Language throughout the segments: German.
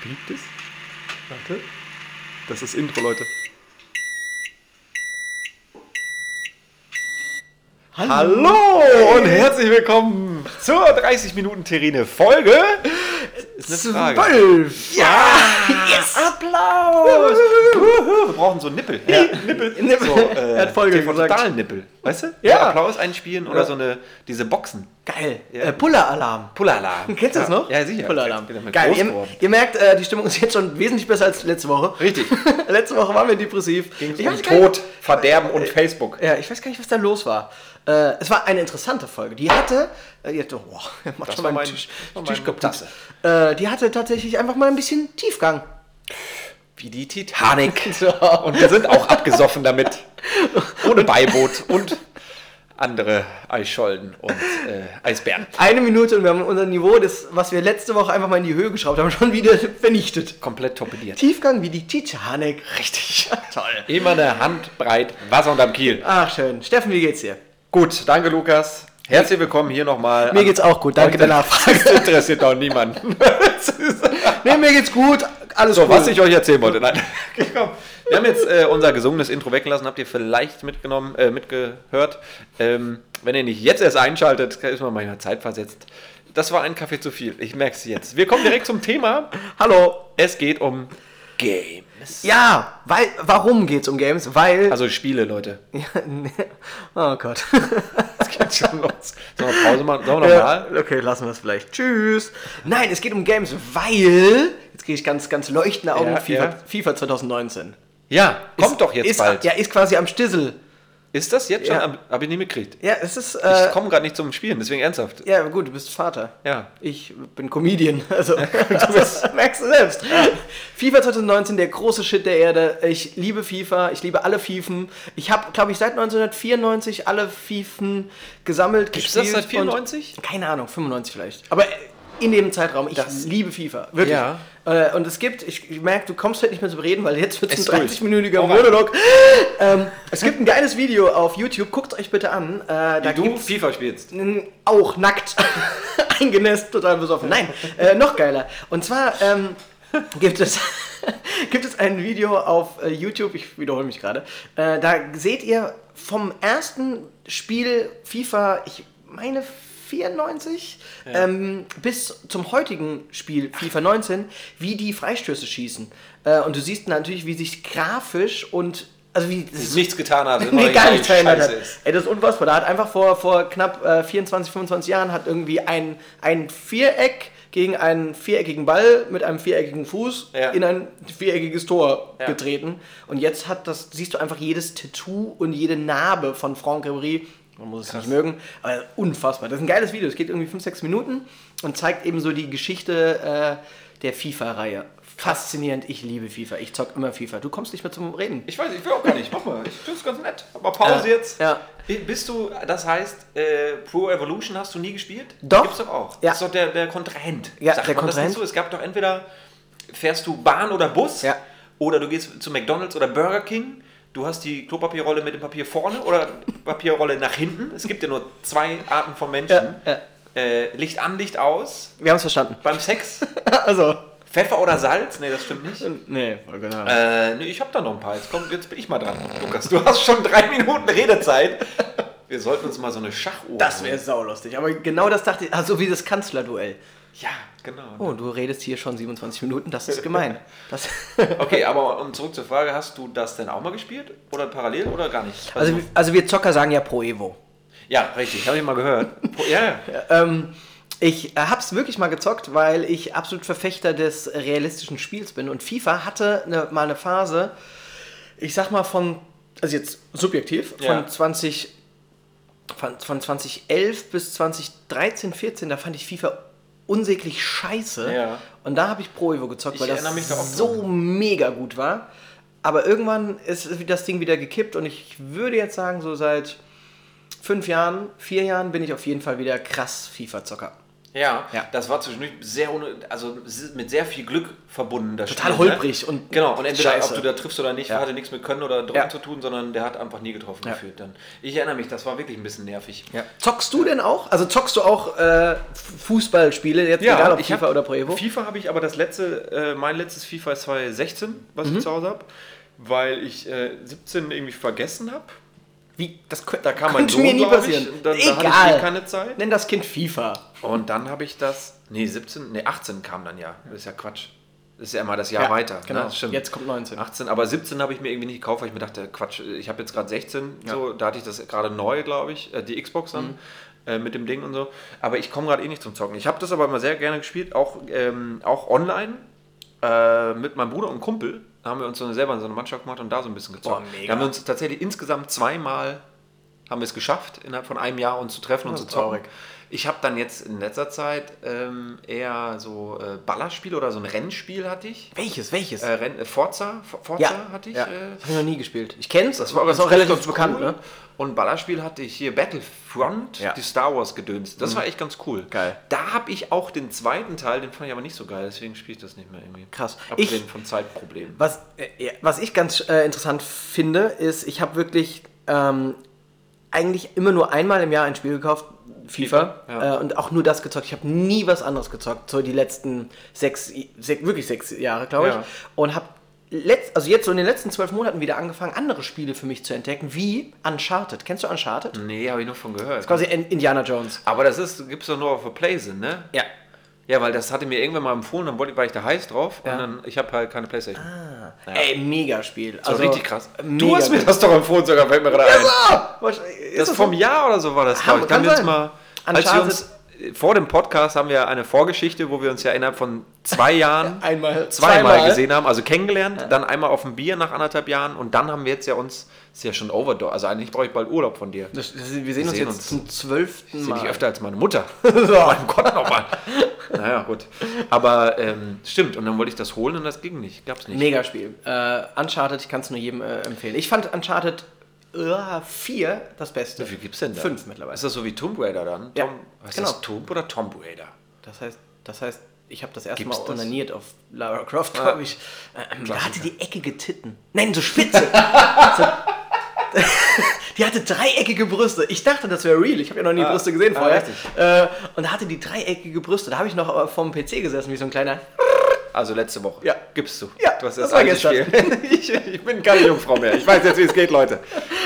Piept es? Warte. Das ist Intro, Leute. Hallo und herzlich willkommen zur 30 Minuten Terrine Folge ist eine Frage. Zwölf! Ja! Yes! Applaus! Wuhu, Wir brauchen so einen Nippel. Ja. Nippel. Nippel. So, äh, Er hat Folge TV gesagt. Total Nippel. Weißt du? Ja. So Applaus einspielen oder so eine diese Boxen. Geil. Äh, Puller-Alarm. Puller-Alarm. Kennst du das Ja. noch? Ja, sicher. Puller-Alarm. Ich bin damit Geil. groß Ihr, geworden. ihr merkt, äh, die Stimmung ist jetzt schon wesentlich besser als letzte Woche. Richtig. letzte Woche waren wir depressiv. Ging's Ich um weiß gar nicht- Tod, Verderben Äh, und Facebook. Ja, ich weiß gar nicht, was da los war. Äh, es war eine interessante Folge. Die hatte, äh, die hatte, boah, macht schon war meinen mein- Tisch, war Tisch mein kaputt. Äh, die hatte tatsächlich einfach mal ein bisschen Tiefgang. Wie die Titanic. So. Und wir sind auch abgesoffen damit. Ohne Beiboot und andere Eischollen und äh, Eisbären. Eine Minute und wir haben unser Niveau, das, was wir letzte Woche einfach mal in die Höhe geschraubt haben, schon wieder vernichtet. Komplett torpediert. Tiefgang wie die Titanic. Richtig. Toll. Immer eine Handbreit Wasser unterm Kiel. Ach, schön. Steffen, wie geht's dir? Gut, danke Lukas. Herzlich willkommen hier nochmal. Mir geht's auch gut, danke der Das Nachfrage. interessiert doch niemanden. nee, mir geht's gut, alles So, cool. was ich euch erzählen wollte. Nein. Okay, komm. Wir haben jetzt äh, unser gesungenes Intro weggelassen, habt ihr vielleicht mitgenommen, äh, mitgehört. Ähm, wenn ihr nicht jetzt erst einschaltet, ist man manchmal zeitversetzt. Das war ein Kaffee zu viel. Ich merke es jetzt. Wir kommen direkt zum Thema. Hallo. Es geht um Games. Ja, weil, warum geht's um Games? Weil... Also Spiele, Leute. ne. oh Gott. Es geht schon los. Sollen wir Pause machen? Sollen wir Ja, nochmal? okay, lassen wir es vielleicht. Tschüss. Nein, es geht um Games, weil... Jetzt kriege ich ganz, ganz leuchtende Augen. Ja, FIFA, ja. FIFA 2019. Ja, kommt Ist- doch jetzt ist, bald. Ja, ist quasi am Stissel. Ist das jetzt schon? Ja. Hab- Hab ich nie mitgekriegt. Ja, es ist... Ich Äh, komme gerade nicht zum Spielen, deswegen ernsthaft. ja, gut, du bist Vater. Ja. Ich bin Comedian, also du bist, merkst du selbst. FIFA 2019, der große Shit der Erde. Ich liebe FIFA, ich liebe alle Fifen. Ich habe, glaube ich, seit 1994 alle Fifen gesammelt, Gibt's das seit gespielt und- 94? keine Ahnung, 95 vielleicht. Aber in dem Zeitraum, ich Das- liebe FIFA, wirklich. Ja. Äh, Und es gibt, ich ich merke, du kommst heute nicht mehr zu reden, weil jetzt wird Ist es ein durch. 30-minütiger Hau rein. Monolog. Ähm, es gibt ein geiles Video auf YouTube, guckt euch bitte an. Äh, da Du gibt's- FIFA spielst. N- auch nackt eingenässt, total besoffen. Nein, äh, noch geiler. Und zwar ähm, gibt, es, gibt es ein Video auf äh, YouTube, ich wiederhole mich gerade, äh, da seht ihr vom ersten Spiel FIFA, ich meine 94, ähm, bis zum heutigen Spiel FIFA 19, wie die Freistöße schießen. Äh, und du siehst natürlich, wie sich grafisch und also wie das ist Nichts getan hat. Nee, gar nichts verändert hat. Scheiße ist. Ey, das ist unfassbar. Da hat einfach vor, vor knapp äh, 24, 25 Jahren hat irgendwie ein, ein Viereck gegen einen viereckigen Ball mit einem viereckigen Fuß Ja. in ein viereckiges Tor Ja. getreten. Und jetzt hat das, siehst du einfach jedes Tattoo und jede Narbe von Franck Ribéry. Man muss es nicht mögen, aber unfassbar. Das ist ein geiles Video. Es geht irgendwie 5, 6 Minuten und zeigt eben so die Geschichte äh, der FIFA-Reihe. Faszinierend. Ich liebe FIFA. Ich zock immer FIFA. Du kommst nicht mehr zum Reden. Ich weiß, ich will auch gar nicht. Mach mal. Ich finde es ganz nett. Aber Pause Ja, jetzt. ja. Bist du, das heißt, äh, Pro Evolution hast du nie gespielt? Doch. Gibt's doch auch. Ja. Das ist doch der, der Kontrahent. Ja, Sagt der man das Kontrahent. nicht So? Es gab doch entweder, fährst du Bahn oder Bus? Ja. Oder du gehst zu McDonalds oder Burger King. Du hast die Klopapierrolle mit dem Papier vorne oder Papierrolle nach hinten. Es gibt ja nur zwei Arten von Menschen. Ja, Äh, Licht an, Licht aus. Wir haben es verstanden. Beim Sex. Also. Pfeffer oder Salz? Nee, das stimmt nicht. Nee, genau. Äh, nee, ich hab da noch ein paar. Jetzt, komm, jetzt bin ich mal dran. Lukas, du hast schon drei Minuten Redezeit. Wir sollten uns mal so eine Schachuhr. Das holen. wäre saulustig. Aber genau das dachte ich. Also wie das Kanzlerduell. Ja, genau. Oh, du redest hier schon 27 Minuten. Das ist gemein. Das Okay, aber um zurück zur Frage, hast du das denn auch mal gespielt? Oder parallel oder gar nicht? also, also wir Zocker sagen ja Pro Evo. ja, richtig, habe ich mal gehört. Pro- Ja, ja. Ähm, ich äh, hab's wirklich mal gezockt, weil ich absolut Verfechter des realistischen Spiels bin. Und FIFA hatte ne- mal eine Phase, ich sag mal von, also jetzt subjektiv, von Ja. 20 von, von 2011 bis 2013, 14, da fand ich FIFA unsäglich scheiße. Ja. Und da habe ich Pro Evo gezockt, Ich weil das erinnere mich da auch so mega gut war. Aber irgendwann ist das Ding wieder gekippt und ich würde jetzt sagen, so seit fünf Jahren, vier Jahren bin ich auf jeden Fall wieder krass FIFA-Zocker. Ja, Ja. das war zwischendurch sehr ohne, also mit sehr viel Glück verbunden. Das Total Spiel, holprig und genau. Und entweder scheiße. ob du da triffst oder nicht, Ja. hatte nichts mit können oder drum Ja. zu tun, sondern der hat einfach nie getroffen Ja. gefühlt. Dann. Ich erinnere mich, das war wirklich ein bisschen nervig. Zockst du denn auch? Also zockst du auch äh, Fußballspiele, jetzt Ja, egal ob ich FIFA hab- oder Pro Evo? FIFA habe ich aber das letzte, äh, mein letztes FIFA ist 2016, was Mhm. ich zu Hause habe, weil ich äh, 17 irgendwie vergessen habe. Wie, das kö- Da kam mein könnte Sohn, mir nie glaub ich, passieren. und dann- da hatte ich eh keine Zeit. Nenn das Kind FIFA. Und dann habe ich das, nee, 17, nee, 18 kam dann ja. Das ist ja Quatsch. Das ist ja immer das Jahr Ja, weiter. ne? genau. das stimmt. Jetzt kommt 19. 18, aber 17 habe ich mir irgendwie nicht gekauft, weil ich mir dachte, Quatsch, ich habe jetzt gerade 16, so, da hatte ich das gerade neu, glaube ich, äh, die Xbox Mhm. dann. äh, Mit dem Ding und so. Aber ich komme gerade eh nicht zum Zocken. Ich habe das aber immer sehr gerne gespielt, auch, ähm, auch online äh, mit meinem Bruder und Kumpel. Da haben wir uns so eine, selber so eine Mannschaft gemacht und da so ein bisschen Boah, gezockt. mega. Da haben wir uns tatsächlich insgesamt zweimal haben wir es geschafft, innerhalb von einem Jahr uns zu treffen und zu zocken. traurig. Ich habe dann jetzt in letzter Zeit ähm, eher so äh, Ballerspiele oder so ein Rennspiel hatte ich. Welches, welches? Äh, Renn, äh, Forza, F- Forza ja, hatte ich. Ja. Äh, Hab ich noch nie gespielt. Ich kenn's, das war war ganz- ist auch relativ ganz bekannt, cool. ne? Und Ballerspiel hatte ich hier Battlefront, Ja. die Star Wars gedöns. Das war echt ganz cool. Geil. Da habe ich auch den zweiten Teil, den fand ich aber nicht so geil, deswegen spiele ich das nicht mehr irgendwie. Krass. Abgesehen Ich- von Zeitproblemen. Was, äh, ja, was ich ganz äh, interessant finde, ist, ich habe wirklich ähm, eigentlich immer nur einmal im Jahr ein Spiel gekauft, FIFA, FIFA, ja. äh, und auch nur das gezockt. Ich habe nie was anderes gezockt, so die letzten sechs, se wirklich sechs Jahre, glaube ich. Ja. Und habe letzt, also jetzt so in den letzten zwölf Monaten wieder angefangen, andere Spiele für mich zu entdecken, wie Uncharted. Kennst du Uncharted? Nee, habe ich nur von gehört. Quasi in Indiana Jones. Aber das ist, gibt's doch nur auf der Playstation, ne? Ja. Ja, weil das hatte mir irgendwann mal empfohlen, dann wollte- war ich da heiß drauf und dann, ich habe halt keine Playstation. Ey, mega Spiel. Also das war richtig krass. Du mega hast mir gut. das doch empfohlen sogar, fällt mir gerade ein. Ah, was- ist Ah, Das vom Jahr oder so war das, glaube ich. Da kann haben wir uns sein. mal, als wir Uncharted. uns, vor dem Podcast haben wir eine Vorgeschichte, wo wir uns ja innerhalb von zwei Jahren Einmal- zweimal zweimal. gesehen haben, also kennengelernt, dann einmal auf dem Bier nach anderthalb Jahren und dann haben wir jetzt ja uns, ist ja schon overdose, also eigentlich brauche ich bald Urlaub von dir. Das, das, wir sehen uns sehen jetzt uns. zum zwölften Ich sehe dich Mal. öfter als meine Mutter. Oh mein Gott nochmal. Naja, gut. Aber ähm, stimmt, und dann wollte ich das holen und das ging nicht. Gab's nicht. Mega Spiel. Äh, Uncharted, ich kann es nur jedem äh, empfehlen. Ich fand Uncharted äh, 4 das Beste. Wie viel gibt's denn da? Fünf mittlerweile. Ist das so wie Tomb Raider dann? Ja, Tom, heißt genau. das Tomb oder Tomb Raider? Das heißt, das heißt ich habe das erste Gibt's Mal das? onaniert auf Lara Croft, glaube ich. Ähm, da hatte die eckige Titten. Nein, so spitze. so, die hatte dreieckige Brüste. Ich dachte, das wäre real. Ich habe ja noch nie Ah, Brüste gesehen ah, vorher. richtig. äh, und da hatte die dreieckige Brüste. Da habe ich noch äh, vorm PC gesessen, wie so ein kleiner. Also letzte Woche. Ja. Gibst du. Ja, Du hast das das war alte gestern. Spiel. ich, ich bin keine Jungfrau mehr. Ich weiß jetzt, wie es geht, Leute.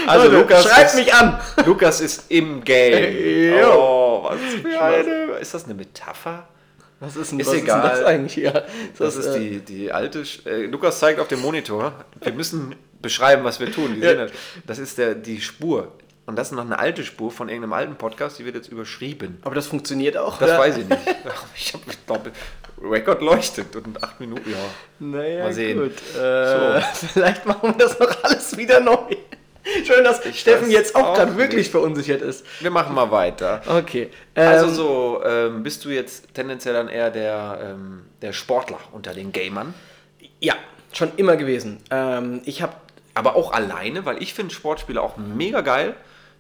Also Leute, Lukas, schreibt ist, mich an. Lukas ist im Game. Ey, yo. oh, was für eine. Ist das eine Metapher? Was ist denn, Ist was egal. Ist denn das eigentlich hier? Das, ist äh, die, die alte. Sch äh, Lukas zeigt auf dem Monitor. Wir müssen beschreiben, was wir tun. Die sehen das. das ist der, die Spur. Und das ist noch eine alte Spur von irgendeinem alten Podcast, die wird jetzt überschrieben. Aber das funktioniert auch. Das oder? weiß ich nicht. Ich habe, ich glaube, Rekord leuchtet und acht Minuten. Ja. Naja, Mal sehen. gut. Äh, Vielleicht machen wir das noch alles wieder neu. Schön, dass Steffen weiß jetzt auch auch gerade wirklich nicht. verunsichert ist. Wir machen mal weiter. Okay. Also ähm, so, ähm, bist du jetzt tendenziell dann eher der, ähm, der Sportler unter den Gamern? Ja, schon immer gewesen. Ähm, ich habe Aber auch alleine, weil ich finde Sportspiele auch Mhm. mega geil,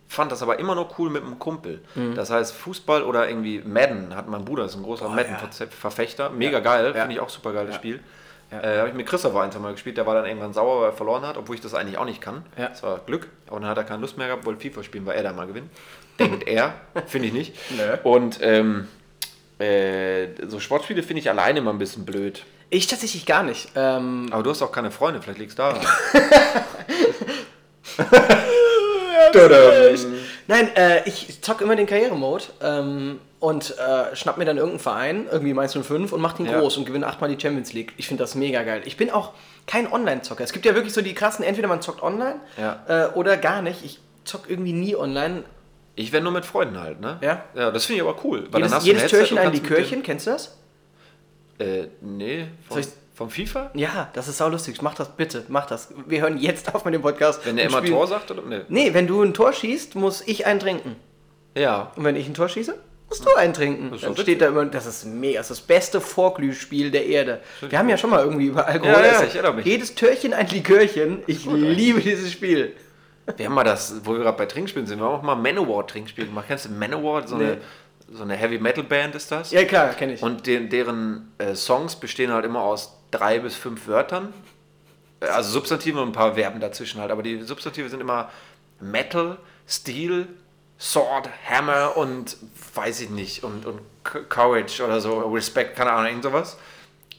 fand das aber immer nur cool mit einem Kumpel. Mhm. Das heißt Fußball oder irgendwie Madden hat mein Bruder, ist ein Oh, großer Madden-Verfechter, mega geil, finde ich auch super geiles Spiel. Äh, habe ich mit Christopher ein, zweimal gespielt, der war dann irgendwann sauer, weil er verloren hat, obwohl ich das eigentlich auch nicht kann. Ja. Das war Glück, aber dann hat er keine Lust mehr gehabt, wollte FIFA spielen, weil er da mal gewinnt. Denkt er, finde ich nicht. Nö. Und ähm, äh, so Sportspiele finde ich alleine immer ein bisschen blöd. ich tatsächlich gar nicht. Ähm, Aber du hast auch keine Freunde, vielleicht liegst du daran. nein, äh, ich zock immer den Karrieremode ähm, und äh, schnapp mir dann irgendeinen Verein, irgendwie Mainz 05 und mach den Ja. groß und gewinne achtmal die Champions League. Ich finde das mega geil. Ich bin auch kein Online-Zocker. Es gibt ja wirklich so die krassen, entweder man zockt online Ja. äh, oder gar nicht. Ich zock irgendwie nie online. Ich wäre nur mit Freunden halt, ne? Ja. Ja, das finde ich aber cool. Weil dann Jedes, hast du jedes Headset Türchen und ein kannst mit Likörchen, kennst du das? Dem, äh, nee. Vom, Soll ich- vom FIFA? Ja, das ist saulustig. Mach das bitte, mach das. Wir hören jetzt auf mit dem Podcast. Wenn der und immer spielen- Tor sagt oder? Nee. Nee, wenn du ein Tor schießt, muss ich einen trinken. Ja. Und wenn ich ein Tor schieße, musst du einen trinken. ist Dann doch steht da immer, das ist mega, das ist das beste Vorglühspiel der Erde. Wir haben ja schon mal irgendwie über Alkohol. Ja, ja, erzählt. ich erinnere mich. Jedes Türchen ein Likörchen. Ich liebe dieses Spiel. Wir haben mal das, wo wir gerade bei Trinkspielen sind, wir haben auch mal Manowar-Trinkspiel gemacht. Kennst du Manowar? So Nee. eine so eine Heavy Metal Band ist das. Ja, klar, kenne ich. Und de deren äh, Songs bestehen halt immer aus drei bis fünf Wörtern. Äh, Also Substantive und ein paar Verben dazwischen halt. Aber die Substantive sind immer Metal, Steel, Sword, Hammer und weiß ich nicht. Und, und C- Courage oder so, Respect, keine Ahnung, irgend sowas.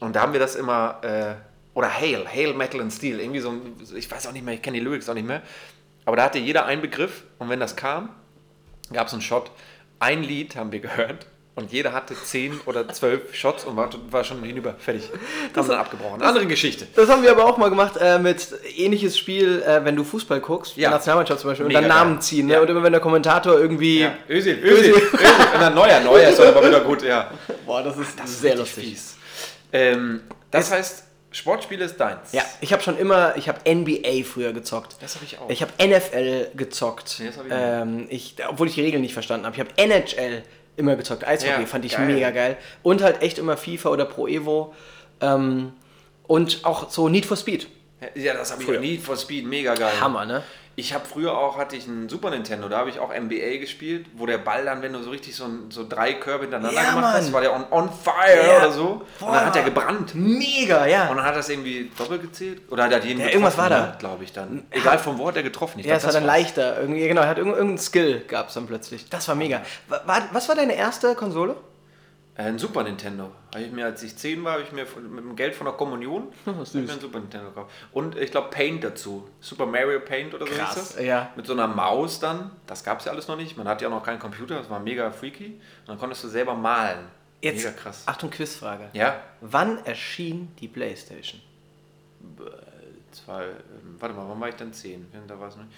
Und da haben wir das immer. Äh, oder Hail, Hail, Metal and Steel. Irgendwie so ein. Ich weiß auch nicht mehr, ich kenne die Lyrics auch nicht mehr. Aber da hatte jeder einen Begriff. Und wenn das kam, gab es einen Shot. Ein Lied haben wir gehört und jeder hatte zehn oder zwölf Shots und war, war schon hinüber. Fertig. haben dann abgebrochen. Andere Geschichte. Das haben wir aber auch mal gemacht äh, mit ähnliches Spiel, äh, wenn du Fußball guckst, Ja. Nationalmannschaft zum Beispiel, Mega und dann Namen geil. ziehen. Ne? Und immer wenn der Kommentator irgendwie. Ja. Özil, Özil, Özil. Und dann neuer, neuer ist dann aber wieder gut, ja. Boah, das ist sehr Richtig Fies. Ähm, das heißt, Sportspiele ist deins. Ja, ich habe schon immer, ich habe NBA früher gezockt. Das hab ich auch. Ich habe NFL gezockt. Nee, das hab ich nicht. ähm, ich, obwohl ich die Regeln nicht verstanden habe. Ich habe NHL immer gezockt. Eishockey Ja, fand ich geil. mega geil. Und halt echt immer FIFA oder Pro Evo. Ähm, und auch so Need for Speed. Ja, das habe ich Früher. nie for Speed, mega geil. Hammer, ne? Ich habe früher auch, hatte ich einen Super Nintendo, da habe ich auch NBA gespielt, wo der Ball dann, wenn du so richtig so, ein- so drei Körbe hintereinander Ja, gemacht hast, Mann. war der on, on fire Ja. oder so. Und dann Boah. hat der gebrannt. Mega, ja. Und dann hat das irgendwie doppelt gezählt? Oder hat er jeden Ja, irgendwas war da. glaube ich dann. Egal vom Wort, der getroffen. Ich Ja, glaub, es war dann war's. leichter. Irgendwie, genau, er hat irgendein- irgendeinen Skill, gab es dann plötzlich. Das war mega. Wa- War, was war deine erste Konsole? Äh, ein Super Nintendo. Habe ich mir, als ich 10 war, habe ich mir von, mit dem Geld von der Kommunion hab ich mir einen Super Nintendo gekauft. Und ich glaube Paint dazu. Super Mario Paint oder so Krass, hieß das. ja. Mit so einer Maus dann. Das gab es ja alles noch nicht. Man hatte ja auch noch keinen Computer. Das war mega freaky. Und dann konntest du selber malen. Mega krass. Achtung, Quizfrage. Ja. Wann erschien die Playstation? Zwei, ähm, warte mal, wann war ich denn 10? Da war es nicht.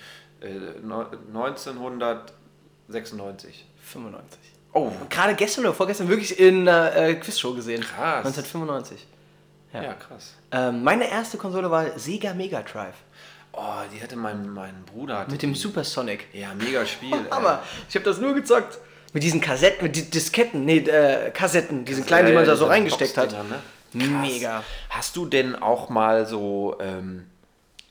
Äh, neun- 1996. 95. Oh, Gerade gestern oder vorgestern wirklich in einer äh, Quizshow gesehen. Krass. 1995. ja krass. Ähm, meine erste Konsole war Sega Mega Drive Oh, die hatte mein, mein Bruder. Hatte mit dem die. Super Sonic. Ja, mega Spiel. Aber ich habe das nur gezockt. Mit diesen Kassetten, mit di- Disketten, nee, äh, Kassetten, diesen kleinen, die man da so reingesteckt hat. Mega. Mega. ne? Hast du denn auch mal so. Ähm,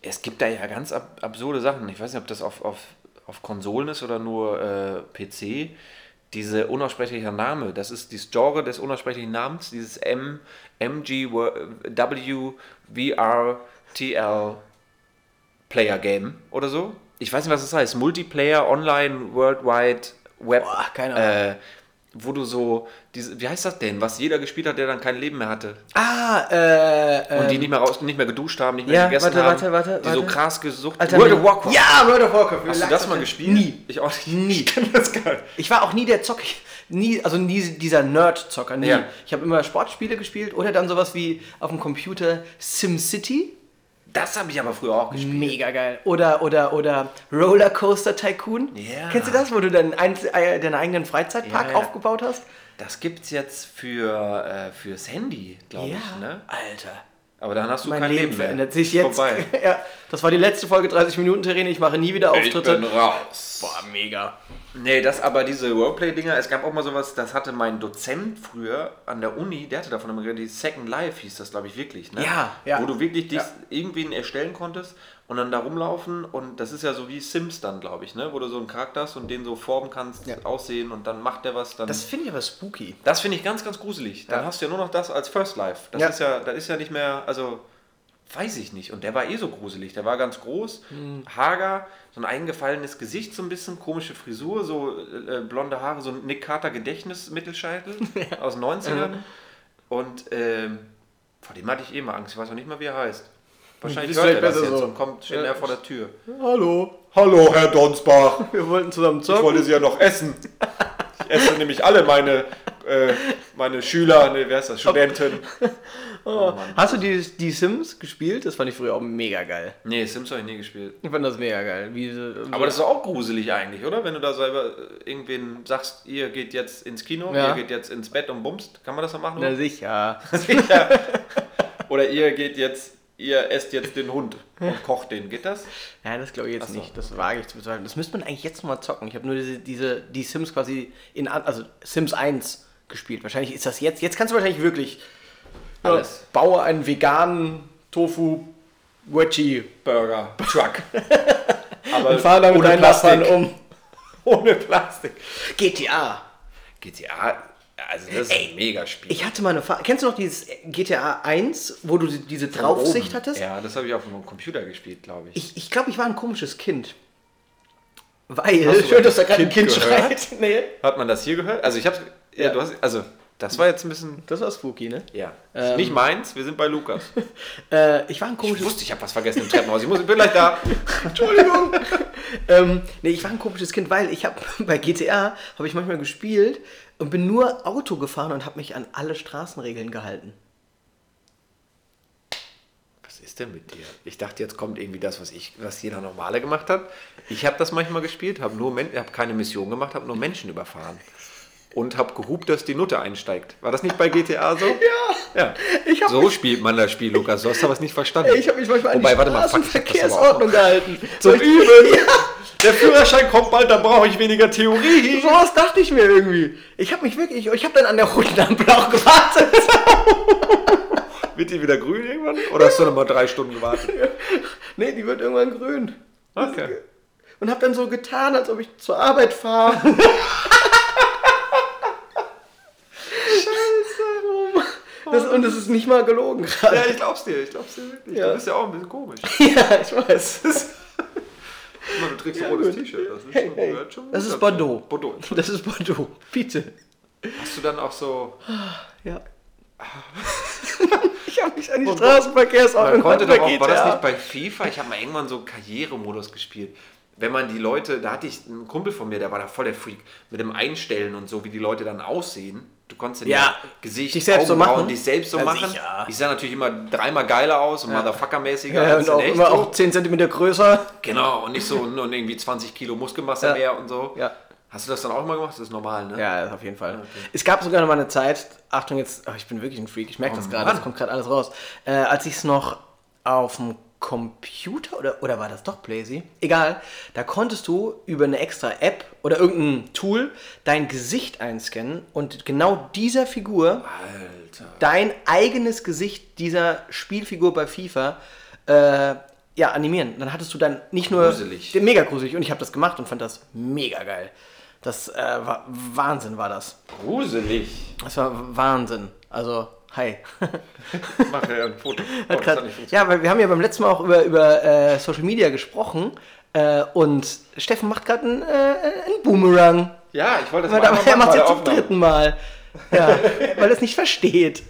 es gibt da ja ganz ab absurde Sachen. Ich weiß nicht, ob das auf, auf, auf Konsolen ist oder nur äh, PC. Diese unaussprechliche Name, das ist dieses Genre des unaussprechlichen Namens, dieses M, MG, W, VR, TL, Player Game oder so. Ich weiß nicht, was das heißt. Multiplayer, Online, Worldwide, Web. Boah, keine Äh, wo du so, diese, wie heißt das denn? Was jeder gespielt hat, der dann kein Leben mehr hatte. Ah, äh, äh Und die nicht mehr raus, nicht mehr geduscht haben, nicht mehr Ja, gegessen warte, warte, haben. warte, Die so warte. krass gesucht Alter, World nee. of Warcraft. Ja, World of Warcraft. Hast du das mal gespielt? Nie. Ich auch nicht. Nie. Ich kenn das gar nicht. Ich war auch nie der Zock, nie, also nie dieser Nerd-Zocker, nie. Ja. Ich habe immer Sportspiele gespielt oder dann sowas wie auf dem Computer SimCity. Das habe ich aber früher auch gespielt. Mega geil. Oder, oder, oder Rollercoaster Tycoon. Ja. Kennst du das, wo du deinen, einz- äh, deinen eigenen Freizeitpark Ja, ja. aufgebaut hast? Das gibt's jetzt für äh, fürs Handy, glaube ich. Ne? Alter. Aber dann hast du Mein kein Leben, Leben mehr. verändert sich jetzt. Vorbei. ja, das war die letzte Folge 30 Minuten Terrene. Ich mache nie wieder Auftritte. raus. Boah, mega. Nee, das aber diese Roleplay-Dinger, es gab auch mal sowas, das hatte mein Dozent früher an der Uni, der hatte davon immer geredet, die Second Life hieß das, glaube ich, wirklich, ne? Ja, ja. Wo du wirklich dich Ja. irgendwen erstellen konntest und dann da rumlaufen und das ist ja so wie Sims dann, glaube ich, ne? Wo du so einen Charakter hast und den so formen kannst, aussehen und dann macht der was, dann... Das Das, finde ich aber spooky. finde ich ganz, ganz gruselig. Dann Ja. hast du ja nur noch das als First Life. Das Ja. ist ja, das ist ja nicht mehr, also... Weiß ich nicht. Und der war eh so gruselig. Der war ganz groß, Mhm. hager, so ein eingefallenes Gesicht, so ein bisschen, komische Frisur, so äh, blonde Haare, so ein Nick Carter Gedächtnismittelscheitel aus den 90ern. Und ähm, vor dem hatte ich eh mal Angst. Ich weiß auch nicht mehr, wie er heißt. Wahrscheinlich Hm, Ist hört er vielleicht das besser jetzt so. und kommt, steht Ja. er vor der Tür. Hallo. Hallo, Herr Donsbach. Wir wollten zusammen zocken. Sie ja noch essen. Ich esse nämlich alle meine, äh, meine Schüler, ne, wer ist das, Studenten. Oh, Mann. Ah. Hast du die, die Sims gespielt? Das fand ich früher auch mega geil. Nee, Sims habe ich nie gespielt. Ich fand das mega geil. Wie, so- Aber das ist auch gruselig eigentlich, oder? Wenn du da selber äh, irgendwen sagst, ihr geht jetzt ins Kino, Ja. ihr geht jetzt ins Bett und bumst, kann man das so machen? Na sicher. Sicher. oder ihr geht jetzt, ihr esst jetzt den Hund und kocht den. Geht das? Ja, das glaube ich jetzt so. nicht. Das wage ich zu bezweifeln. Das müsste man eigentlich jetzt nochmal zocken. Ich habe nur diese, diese, die Sims quasi in, an- also Sims 1 gespielt. Wahrscheinlich ist das jetzt, jetzt kannst du wahrscheinlich wirklich ja, Alles. baue einen veganen Tofu Wedgie Burger, Truck. Aber und fahr damit ohne deinen um. Plastik. Nachbarn um. Ohne Plastik. GTA. GTA, also das ist ein Megaspiel. Ich hatte mal eine Fahrt. Kennst du noch dieses GTA 1, wo du die- diese Draufsicht hattest? Ja, das habe ich auf dem Computer gespielt, glaube ich. Ich, ich glaube, ich war ein komisches Kind. Weil. Hast du Schön, dass da ein gerade ein Kind Kind gehört? schreit. Nee. Hat man das hier gehört? Also ich habe, ja. Ja. du hast, also das war jetzt ein bisschen, Das war spooky, ne? ja, Ähm. nicht meins. Wir sind bei Lukas. Äh, ich war ein Ich komisches wusste, ich habe was vergessen im Treppenhaus. Ich muss, ich bin gleich da. Entschuldigung. ähm, nee, ich war ein komisches Kind, weil ich habe bei GTA habe ich manchmal gespielt und bin nur Auto gefahren und habe mich an alle Straßenregeln gehalten. Was ist denn mit dir? Ich dachte, jetzt kommt irgendwie das, was ich, was jeder normale gemacht hat. Ich habe das manchmal gespielt, habe nur, Men- habe keine Mission gemacht, habe nur Menschen überfahren und habe gehupt, dass die Nutte einsteigt. War das nicht bei GTA so? Ja. Ich hab so mich- spielt man das Spiel, Lukas. Du hast aber was nicht verstanden. Ey, ich habe mich manchmal Wobei, an warte die mal, fuck, ich hab das aber auch Straßenverkehrsordnung gehalten. Zum So, ich- Üben. Der Führerschein kommt bald, dann brauche ich weniger Theorie. Sowas dachte ich mir irgendwie. Ich habe mich wirklich, ich habe dann an der roten Ampel auch gewartet. Wird die wieder grün irgendwann? Oder hast du noch mal drei Stunden gewartet? nee, die wird irgendwann grün. Okay. Und habe dann so getan, als ob ich zur Arbeit fahre. Scheiße. Das, und das ist nicht mal gelogen gerade. Ja, ich glaub's dir, ich glaub's dir wirklich. Ja. Du bist ja auch ein bisschen komisch. Ja, ich weiß. Guck mal, du trägst ein Ja, rotes gut. T-Shirt. Das ist, Hey, schon, hey. gehört schon Das ist dazu. Bordeaux. Bordeaux. Das ist Bordeaux. Bitte. Hast du dann auch so. Ja. ich habe mich an die Und- Straßenverkehrsordnung Man konnte doch auch, vergeht, war das ja. nicht bei FIFA? Ich habe mal irgendwann so einen Karrieremodus gespielt. Wenn man die Leute, da hatte ich einen Kumpel von mir, der war da voll der Freak, mit dem Einstellen und so, wie die Leute dann aussehen. Du konntest Ja, Gesicht, dich selbst so Augenbrauen, machen. dich selbst so Ja, machen. sicher. Ich sah natürlich immer dreimal geiler aus und Motherfucker-mäßiger ja, als und in auch echt. immer so. auch 10 cm größer. Genau, und nicht so und und irgendwie 20 Kilo Muskelmasse Ja. mehr und so. Ja. Hast du das dann auch mal gemacht? Das ist normal, ne? Ja, auf jeden Fall. Es gab sogar noch mal eine Zeit, Achtung jetzt, oh, ich bin wirklich ein Freak, ich merke das gerade, Oh Mann. das kommt gerade alles raus. Äh, als ich es noch auf dem Computer oder, oder war das doch Blazy? Egal, da konntest du über eine extra App oder irgendein Tool dein Gesicht einscannen und genau dieser Figur Alter. dein eigenes Gesicht dieser Spielfigur bei FIFA äh, ja, animieren. Dann hattest du dann nicht nur. Gruselig. Mega gruselig. Und ich habe das gemacht und fand das mega geil. Das äh, war Wahnsinn, war das. Gruselig. Das war Wahnsinn. Also, hi. Ich mache ja ein Foto. Oh, das hat nicht funktioniert. ja, weil wir haben ja beim letzten Mal auch über, über äh, Social Media gesprochen. Äh, und Steffen macht gerade einen, äh, einen Boomerang. ja, ich wollte das Weil aber er macht machen bei es der jetzt zum Aufnahme. dritten Mal. Ja, weil er es nicht versteht.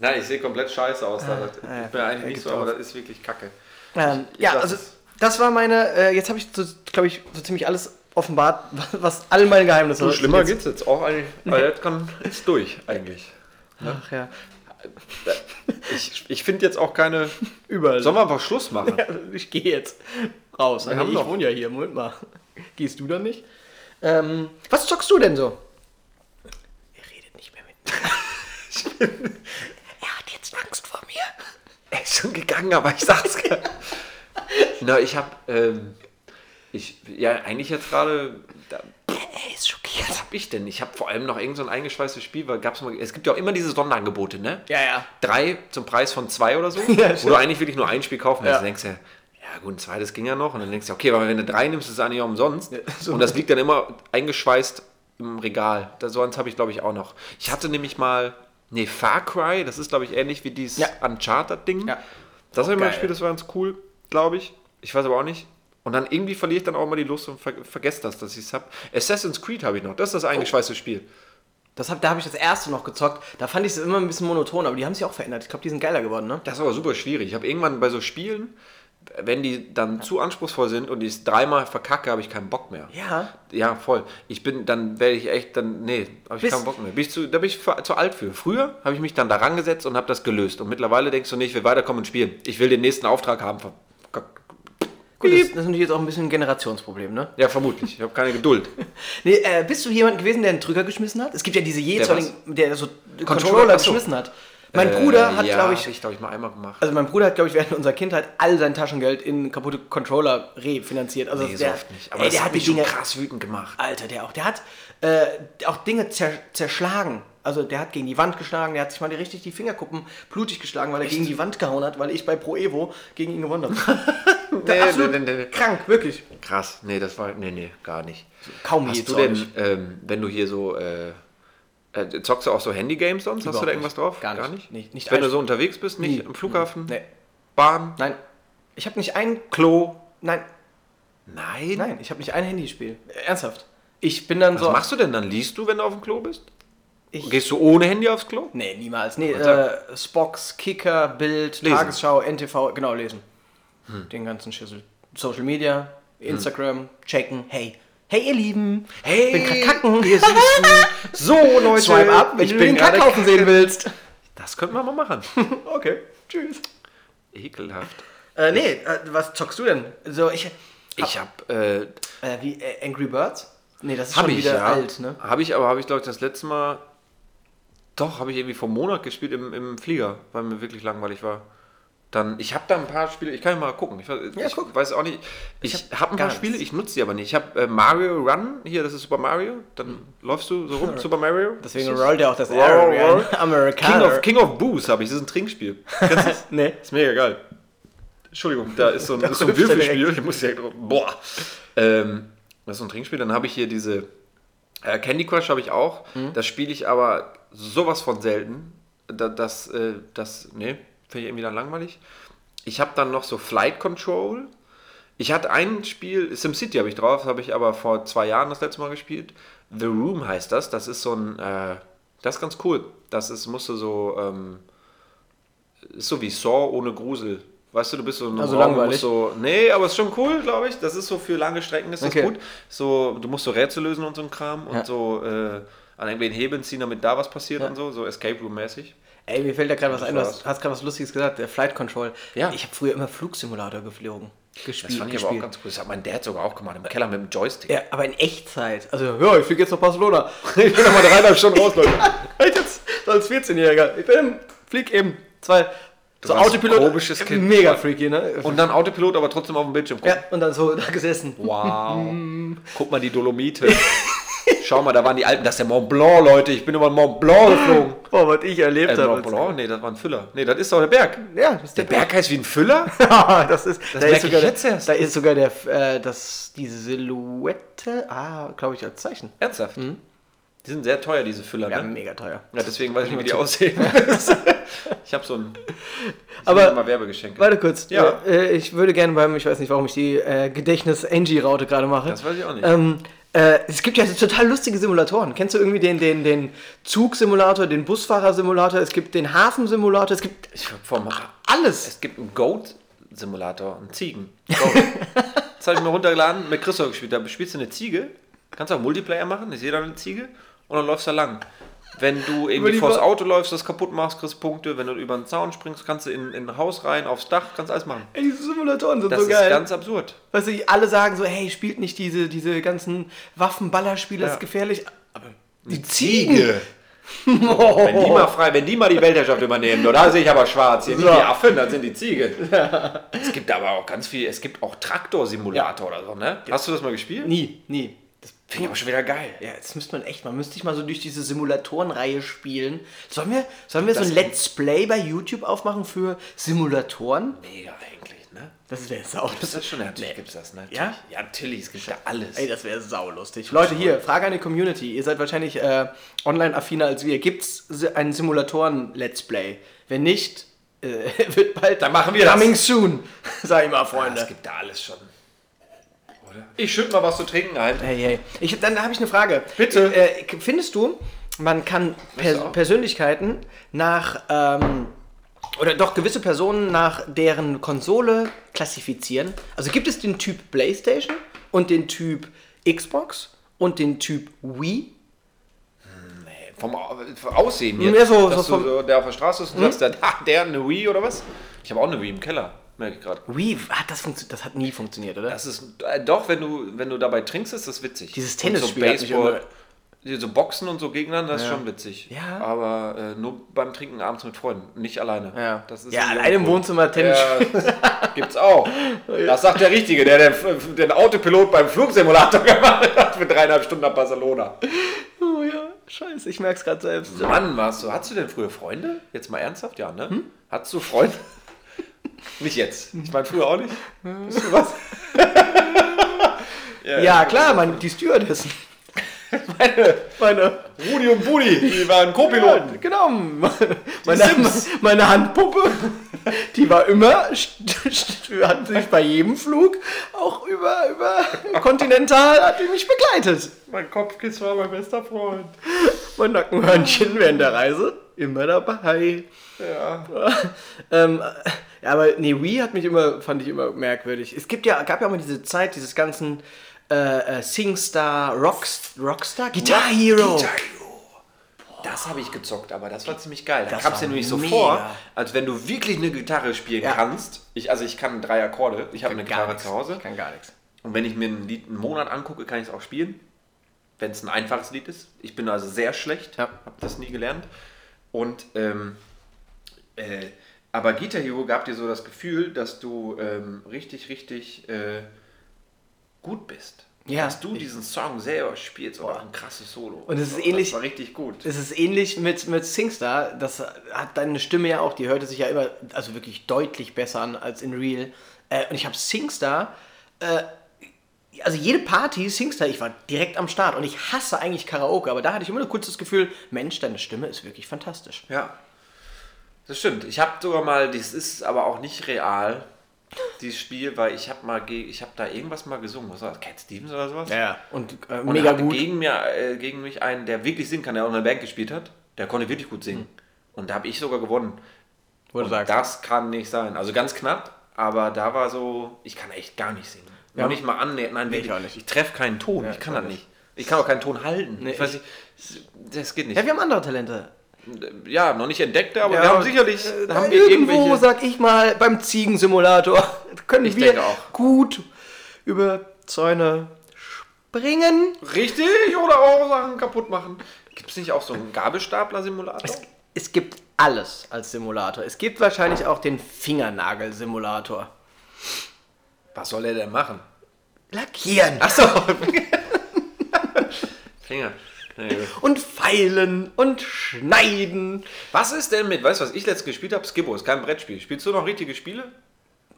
Nein, ich sehe komplett scheiße aus. Ah, Da. Ich bin eigentlich nicht so, gibt aber das ist wirklich kacke. Ähm, Ich- ich ja, lass also es. das war meine. Äh, jetzt habe ich, so, glaube ich, so ziemlich alles offenbart, was alle meine Geheimnisse So schlimmer jetzt- geht's jetzt auch eigentlich. Weil das kann, ist durch eigentlich. Ach ja. Ich, ich finde jetzt auch keine. Überall. Sollen wir einfach Schluss machen? Ja, Also ich gehe jetzt raus. Wir haben ich noch- wohne ja hier. Moment mal. Gehst du dann nicht? Ähm, was zockst du denn so? Er redet nicht mehr mit er hat jetzt Angst vor mir. Er ist schon gegangen, aber ich sag's gerne. Na, ich hab. Ähm, ich, ja, eigentlich jetzt gerade. da- Er ist schockiert. Was hab ich denn? Ich hab vor allem noch irgend so ein eingeschweißtes Spiel, weil gab's mal. Es gibt ja auch immer diese Sonderangebote, ne? Ja, ja. drei zum Preis von zwei oder so, Ja, wo stimmt. du eigentlich wirklich nur ein Spiel kaufen willst. Ja. Dann denkst du, ja, ja gut, ein zweites ging ja noch. Und dann denkst du, okay, aber wenn du drei nimmst, ist es eigentlich auch umsonst. Und das liegt dann immer eingeschweißt im Regal. Das, sonst habe ich, glaube ich, auch noch. Ich hatte nämlich mal, nee, Far Cry, das ist, glaube ich, ähnlich wie dieses Ja. Uncharted-Ding. Ja. Das habe ich mal Geil. gespielt, das war ganz cool, glaube ich. Ich weiß aber auch nicht. Und dann irgendwie verliere ich dann auch mal die Lust und ver vergesse das, dass ich es habe. Assassin's Creed habe ich noch. Das ist das eingeschweißte Spiel. Das hab, da habe ich das erste noch gezockt. Da fand ich es immer ein bisschen monoton, aber die haben sich auch verändert. Ich glaube, die sind geiler geworden, ne? Das ist aber super schwierig. Ich habe irgendwann bei so Spielen, wenn die dann zu anspruchsvoll sind und ich es dreimal verkacke, habe ich keinen Bock mehr. Ja. Ja, voll. Ich bin, dann werde ich echt, dann, nee, habe ich Bist- keinen Bock mehr. Bin ich zu, da bin ich fa- zu alt für. Früher habe ich mich dann da rangesetzt und habe das gelöst. Und mittlerweile denkst du, nee, ich will weiterkommen und spielen. Ich will den nächsten Auftrag haben. Ver- Gut, das, das ist natürlich jetzt auch ein bisschen ein Generationsproblem, ne? Ja, vermutlich. Ich habe keine Geduld. Nee, äh, bist du jemand gewesen, der einen Drücker geschmissen hat? Es gibt ja diese jeweiligen, der, so Controller, Controller, ach so. Äh, geschmissen hat. Mein Bruder hat, ja, glaube hab ich, ich, glaube ich, mal einmal gemacht. also mein Bruder hat, glaube ich, während unserer Kindheit all sein Taschengeld in kaputte Controller refinanziert. Also nee, so der, oft nicht. Aber ey, das der hat, hat die mich schon Dinge, krass wütend gemacht. Alter, der auch, der hat äh, auch Dinge zer, zerschlagen. Also der hat gegen die Wand geschlagen, der hat sich mal die- richtig die Fingerkuppen blutig geschlagen, weil er gegen die Wand gehauen hat, weil ich bei Pro Evo gegen ihn gewonnen habe. Nee, Der absolut nee, nee, nee. krank, wirklich. Krass, nee, das war, nee, nee, gar nicht. Kaum Hast jetzt du auch nicht. denn, ähm, wenn du hier so, äh, äh, zockst du auch so Handy-Games sonst? Hast du Überhaupt da irgendwas nicht. drauf? Gar nicht. Nee, nicht wenn du ein- so unterwegs bist, nicht Nie. im Flughafen, Nee, Bahn, nein. Ich habe nicht ein Klo? nein, Nein. nein, ich habe nicht ein Handyspiel. Ernsthaft. Ich bin dann Was so machst du denn dann? Liest du, wenn du auf dem Klo bist? Ich- Gehst du ohne Handy aufs Klo? Nee, niemals. Nee, Sonntag? äh, Spox, Kicker, Bild, Lesen. Hm. Tagesschau, NTV, genau, lesen. Den ganzen Schüssel. Social Media, Instagram, checken. Hey. Hey, ihr Lieben. Hey, bin grad kacken. ihr Süßen. So, Leute. Swipe up, wenn ich du bin den gerade Kackhaufen sehen willst. Das könnten wir mal machen. okay, tschüss. Ekelhaft. Äh, nee, äh, was zockst du denn? So, ich. Ich hab, äh, Äh, wie äh, Angry Birds? Nee, das ist hab schon ich, wieder ja. alt, ne? Hab ich, aber habe ich, glaube ich, das letzte Mal, doch, habe ich irgendwie vor einem Monat gespielt im, im Flieger, weil mir wirklich langweilig war. Dann, ich habe da ein paar Spiele, ich kann ja mal gucken. Ich, weiß- Ja, ich guck. weiß auch nicht. Ich, habe hab ein gar paar Spiele, nichts. ich nutze die aber nicht. Ich habe äh, Mario Run, hier, das ist Super Mario. Dann läufst du so rum, Super Mario. Mhm. Deswegen rollt er auch das Roll, R. wie ein roll. King Amerikaner. of, King of Booze habe ich, das ist ein Trinkspiel. Kennst du das? Nee. Ist mega geil. Entschuldigung, da ist so ein, ist so ein rülpst er Würfelspiel. Ich muss direkt drauf. Boah. Ähm, das ist so ein Trinkspiel. Dann habe ich hier diese äh, Candy Crush habe ich auch. Das spiele ich aber sowas von selten. Da, das, äh, das, nee, finde ich irgendwie dann langweilig. Ich habe dann noch so Flight Control. Ich hatte ein Spiel, SimCity habe ich drauf, das habe ich aber vor zwei Jahren das letzte Mal gespielt. The Room heißt das. Das ist so ein, äh, das ist ganz cool. Das ist, musst du so, ähm, ist so wie Saw ohne Grusel. Weißt du, du bist so in einem Also Raum, du langweilig. musst so, nee, aber ist schon cool, glaube ich. Das ist so für lange Strecken, ist das Okay. gut. So, du musst so Rätsel lösen und so ein Kram und Ja. so äh, an irgendwelchen Hebeln ziehen, damit da was passiert Ja. und so, so Escape Room-mäßig. Ey, mir fällt da gerade was ein. Du Spaß. hast, hast gerade was Lustiges gesagt, der Flight Control. Ja. Ich habe früher immer Flugsimulator geflogen. Gespielt. gespielt. cool. Das hat mein Dad sogar auch gemacht, im Keller mit dem Joystick. ja, aber in Echtzeit. Also, ja, ich fliege jetzt nach Barcelona. Ich bin nochmal dreieinhalb Stunden raus, Leute. Echt jetzt? So als 14-Jähriger. Ich bin, flieg eben. Zwei. so warst Autopilot. ein komisches Kind. Mega freaky, ne? Und dann Autopilot, aber trotzdem auf dem Bildschirm gucken. ja, und dann so da gesessen. Wow. Guck mal, die Dolomite. Schau mal, da waren die Alpen. Das ist der Mont Blanc, Leute. Ich bin über den Mont Blanc geflogen. Boah, was ich erlebt Äh, habe. Mont Blanc? Nee, das war ein Füller. Nee, das ist doch der Berg. Ja, das ist Der Berg heißt wie ein Füller? das ist, da, merke ist ich sogar jetzt der, erst. da ist sogar der, äh, das, diese Silhouette, ah, glaube ich, als Zeichen. Ernsthaft? Die sind sehr teuer, diese Füller, Mhm. Ja, ne? mega teuer. Ja, deswegen weiß ich nicht, wie die aussehen. ich habe so ein. das Aber- sind immer Werbegeschenke. Warte kurz. Ja. Äh, ich würde gerne beim, ich weiß nicht, warum ich die äh, Gedächtnis-Angie-Raute gerade mache. Das weiß ich auch nicht. Ähm, äh, es gibt ja so total lustige Simulatoren. Kennst du irgendwie den, den, den Zugsimulator, den Busfahrersimulator, es gibt den Hafensimulator, es gibt Ich hab vom, alles. es gibt einen Goat-Simulator, einen Ziegen. Goat. das habe ich mir runtergeladen, mit Christoph gespielt. Da spielst du eine Ziege, kannst auch Multiplayer machen, ist jeder eine Ziege, und dann läufst du lang. Wenn du irgendwie die vors Wa- Auto läufst, das kaputt machst, kriegst Punkte. Wenn du über den Zaun springst, kannst du in, in ein Haus rein, aufs Dach, kannst alles machen. Ey, diese Simulatoren sind Das so ist geil. ganz absurd. weißt du, alle sagen so, hey, spielt nicht diese, diese ganzen Waffenballerspiele, das Ja. ist gefährlich. Aber die Oh. Wenn die mal frei, wenn die mal die Weltherrschaft übernehmen, da sehe ich aber schwarz. Hier So. nicht die Affen, dann sind die Ziegen. Es gibt aber auch ganz viel, es gibt auch Traktorsimulator oder so, ne? Hast du das mal gespielt? nie, nie. Das Finde ich aber schon wieder geil. Ja, jetzt müsste man echt, man müsste sich mal so durch diese Simulatorenreihe spielen. Sollen wir, sollen wir so Das- ein Let's Play bei YouTube aufmachen für Simulatoren? Mega eigentlich, ne? Das wäre saulustig. Das ist schon, natürlich gibt's das, ne? Ja? Natürlich. Ja, natürlich, es gibt ja alles. Ey, das wäre saulustig. Leute, hier, Frage an die Community. Ihr seid wahrscheinlich äh, online-affiner als wir. Gibt's si- einen Simulatoren-Let's Play? Wenn nicht, äh, wird bald Dann machen wir das. coming soon, sag ich mal, Ah, es Freunde. gibt da alles schon. Oder? Ich schütte mal was zu trinken ein. Hey, hey. Ich, dann habe ich eine Frage. Bitte. Äh, findest du, man kann Weißt du per auch? Persönlichkeiten nach, ähm, oder doch gewisse Personen nach deren Konsole klassifizieren? Also gibt es den Typ PlayStation und den Typ Xbox und den Typ Wii? Nee, vom, Au- vom Aussehen jetzt. Ja, so- dass so du vom- Mhm. so, der auf der Straße ist und sagst, der, ah, der eine Wii oder was? Ich habe auch eine Wii im Keller, merke ich gerade. Wii, hat das, funktio- das hat nie funktioniert, oder? Das ist äh, doch, wenn du, wenn du dabei trinkst, ist das witzig. Dieses Und Tennisspiel hat mich die so Boxen und so gegeneinander, das ist schon witzig. Ja. Aber äh, nur beim Trinken abends mit Freunden, nicht alleine. ja, das ist ja irgendwie allein im uncool. Wohnzimmer Tennis. Ja, gibt's auch. Das sagt der Richtige, der den, den Autopilot beim Flugsimulator gemacht hat für dreieinhalb Stunden nach Barcelona. Oh, ja. Scheiße, ich merke es gerade selbst. Mann, warst du, hast du denn früher Freunde? Jetzt mal ernsthaft, ja, ne? Hattest du Freunde? nicht jetzt. Ich meine, früher auch nicht. Bist du was? Ja, klar, meine, die Stewardessen. Meine, Meine, Rudi und Budi, die waren Co-Piloten. genau, meine, meine, Sims. meine Handpuppe, die war immer, st- st- hat sich bei jedem Flug, auch über, über Continental, hat die mich begleitet. Mein Kopfkiss war mein bester Freund. Mein Nackenhörnchen während der Reise, immer dabei. Ja. ähm, äh, ja, aber nee, Wii hat mich immer, fand ich immer merkwürdig. Es gibt ja, gab ja auch mal diese Zeit, dieses ganzen äh, äh, Singstar, Rockst, Rockstar, Guitar Hero. Das habe ich gezockt, aber das war ziemlich geil. Da Das kam es war dir nämlich so mega. vor, als wenn du wirklich eine Gitarre spielen Ja. kannst. Ich, also ich kann drei Akkorde, ich habe eine Gitarre zu Hause. Ich kann gar nichts. Und wenn ich mir ein Lied einen Monat angucke, kann ich es auch spielen. Wenn es ein einfaches Lied ist. Ich bin also sehr schlecht, Ja. habe das nie gelernt. Und ähm, äh, aber Guitar Hero gab dir so das Gefühl, dass du ähm, richtig, richtig äh, gut bist. Ja. Dass du diesen Song selber spielst oder ein krasses Solo. Und es ist so, ähnlich- Das war richtig gut. Es ist ähnlich mit, mit Singstar, das hat deine Stimme ja auch, die hörte sich ja immer, also wirklich deutlich besser an als in Real. Äh, und ich habe Singstar, äh, also jede Party, Singstar, ich war direkt am Start und ich hasse eigentlich Karaoke, aber da hatte ich immer nur kurz das Gefühl, Mensch, deine Stimme ist wirklich fantastisch. Ja. Das stimmt. Ich habe sogar mal, das ist aber auch nicht real, dieses Spiel, weil ich habe mal, ge- ich habe da irgendwas mal gesungen. Was war das? Cat Stevens oder sowas? Ja, und, äh, Und mega er hatte gut. Gegen, mir, äh, gegen mich einen, der wirklich singen kann, der auch in der Band gespielt hat. Der konnte wirklich gut singen. Mhm. Und da habe ich sogar gewonnen. wo du Und sagst. das kann nicht sein. Also ganz knapp, aber da war so, ich kann echt gar nicht singen. Ja. Noch nicht mal annähern. Nein, wirklich. ich auch nicht. Ich treffe keinen Ton. Ja, ich kann ich auch das nicht. Ich kann auch keinen Ton halten. Nee, ich weiß ich- nicht, das geht nicht. Ja, wir haben andere Talente. Ja, noch nicht entdeckt, aber Ja, wir haben sicherlich äh, haben wir irgendwo, irgendwelche. sag ich mal, beim Ziegensimulator können Ich wir denke auch. gut über Zäune springen. Richtig oder auch Sachen kaputt machen. Gibt es nicht auch so einen Gabelstapler-Simulator? Es gibt alles als Simulator. Es gibt wahrscheinlich auch den Fingernagel-Simulator. Was soll er denn machen? Lackieren Achso. Finger. Na gut. und feilen und schneiden. Was ist denn mit, weißt du, was ich letztens gespielt habe? Skibbo ist kein Brettspiel. Spielst du noch richtige Spiele?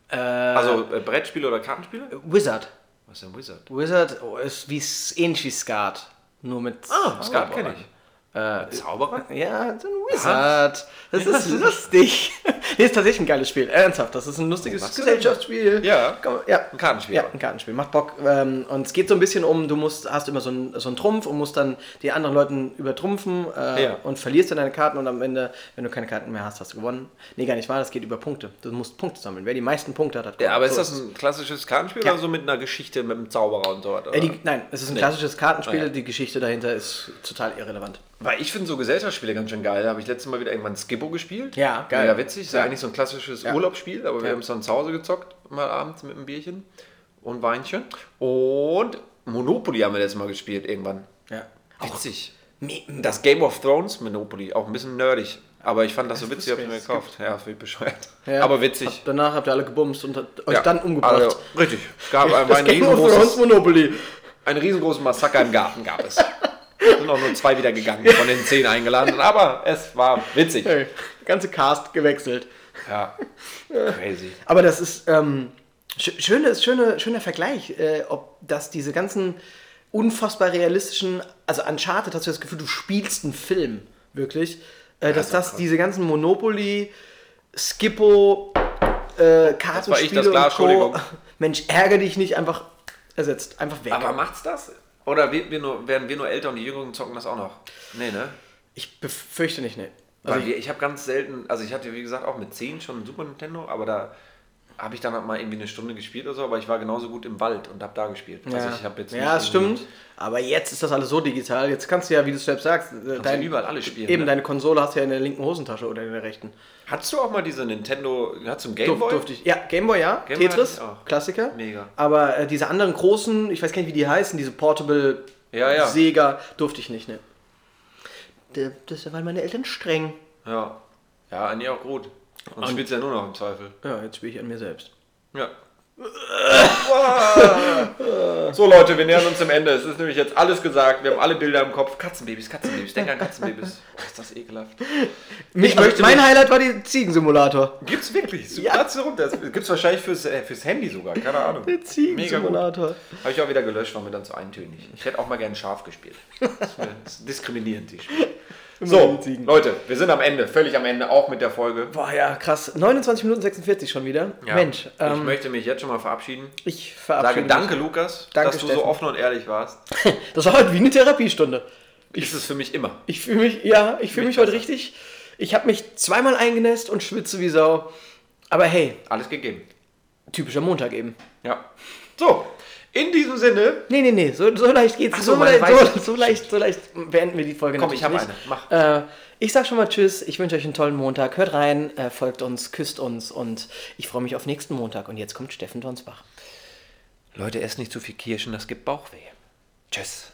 also äh, Brettspiele oder Kartenspiele? Wizard. Was ist denn Wizard? Wizard oh, ist wie, ähnlich wie Skat. Nur mit Ah, Skat Zauberern. kenne ich. Äh, Zauberer? Ja, so ein Wizard. Das ist lustig. Nee, ist tatsächlich ein geiles Spiel. Ernsthaft, das ist ein lustiges Was denn? Gesellschaftsspiel. Ja. Komm, ja. Ein Kartenspiel. Ja, ein Kartenspiel. Macht Bock. Ähm, und es geht so ein bisschen um, du musst, hast immer so einen, so einen Trumpf und musst dann die anderen Leuten übertrumpfen äh, Ja. und verlierst dann deine Karten und am Ende, wenn du keine Karten mehr hast, hast du gewonnen. Nee, gar nicht wahr, das geht über Punkte. Du musst Punkte sammeln. Wer die meisten Punkte hat, hat Ja, aber ist So das ein klassisches Kartenspiel Ja. oder so mit einer Geschichte mit einem Zauberer und so weiter? äh, die, nein, es ist ein klassisches Kartenspiel, Ah, ja. die Geschichte dahinter ist total irrelevant. Weil ich finde so Gesellschaftsspiele ganz schön geil. Da habe ich letztes Mal wieder irgendwann Skippo gespielt. Ja, geil. Mega witzig. Ist ja Ja. eigentlich so ein klassisches Urlaubsspiel, aber wir Ja. haben es dann zu Hause gezockt, mal abends mit einem Bierchen und Weinchen. Und Monopoly haben wir letztes Mal gespielt irgendwann. Ja. Witzig. Me- Das Game of Thrones Monopoly, auch ein bisschen nerdig. Aber ich fand das so wusste witzig, habe ich mir ich gar nicht, gekauft. Ja, viel bescheuert. Ja. Aber witzig. Hab, danach habt ihr alle gebumst und habt euch Ja. dann umgebracht. Also, richtig. Es gab einmal ein Game of Thrones riesengroßes, Monopoly. ein riesengroßes Massaker im Garten gab es. Es sind auch nur zwei wieder gegangen von den zehn eingeladen, aber es war witzig. Hey, ganze Cast gewechselt. Ja. Crazy. Aber das ist ähm, sch schönes, schöne, schöner Vergleich, äh, ob das diese ganzen unfassbar realistischen, also Uncharted hast du das Gefühl, du spielst einen Film, wirklich. Äh, dass das das, war- diese ganzen Monopoly, Skippo, äh, war ich, Kartenspiele das Glas, und Co. Entschuldigung. Mensch, ärgere dich nicht, einfach ersetzt, einfach weg. Aber macht's das? Oder wir, wir nur, werden wir nur älter und die Jüngeren zocken das auch noch? Nee, ne? ich befürchte nicht, ne. Weil Also wir, ich habe ganz selten, also ich hatte wie gesagt auch mit 10 schon einen Super Nintendo, aber da habe ich dann halt mal irgendwie eine Stunde gespielt oder so, aber ich war genauso gut im Wald und habe da gespielt. Also ich habe jetzt ja, nicht das irgendwie- stimmt. Aber jetzt ist das alles so digital. Jetzt kannst du ja, wie du selbst sagst, äh, dein, ja überall alles spielen, Eben ne? deine Konsole hast du ja in der linken Hosentasche oder in der rechten. Hattest du auch mal diese Nintendo, hattest du einen Durf, Gameboy? durfte ich. Ja, Gameboy, ja. Game Boy Tetris, hatte ich auch. Klassiker. Mega. Aber äh, diese anderen großen, ich weiß gar nicht, wie die heißen, diese Portable Ja, ja. Sega, durfte ich nicht, ne? Da- Das waren meine Eltern streng. Ja. Ja, eigentlich auch gut. Und, Und- spielst ja nur noch im Zweifel. Ja, jetzt spiele ich an mir selbst. Ja. So Leute, wir nähern uns dem Ende. Es ist nämlich jetzt alles gesagt. Wir haben alle Bilder im Kopf. Katzenbabys, Katzenbabys. Denk an Katzenbabys. Oh, ist das ekelhaft. Mich möchte mein mich- Highlight war die Ziegensimulator. Gibt's wirklich? So Ja. Katze runter. Das Gibt's wahrscheinlich fürs, äh, fürs Handy sogar. Keine Ahnung. Der Ziegensimulator. Habe ich auch wieder gelöscht, war mir dann zu eintönig. Ich hätte auch mal gern scharf gespielt. Das ist mir- das ist diskriminierend, die Spiele. So, mit Ziegen. Leute, wir sind am Ende. Völlig am Ende, auch mit der Folge. Boah, ja, krass. 29 Minuten 46 schon wieder. Ja, Mensch, ich ähm, möchte mich jetzt schon mal verabschieden. ich, verabschiede Sage danke, Lukas, Danke, dass du so Steffen. offen und ehrlich warst. mich. Das war heute wie eine Therapiestunde. Ist es für mich immer. Ich fühle mich, ja, ich fühle Mich mich heute besser. richtig. Ich habe mich zweimal eingenässt und schwitze wie Sau. Aber hey, Alles gegeben. typischer Montag eben. Ja. So, in diesem Sinne, Nee, nee, nee, so, so leicht geht's. Ach so, so, meine leicht, so, Weisheit. so leicht, so leicht beenden wir die Folge Komm, ich natürlich nicht. hab Äh, ich sag schon mal Tschüss, ich wünsche euch einen tollen Montag. Hört rein, äh, folgt uns, küsst uns und ich freue mich auf nächsten Montag. Und jetzt kommt Steffen Donsbach. Leute, esst nicht zu viel Kirschen, das gibt Bauchweh. Tschüss.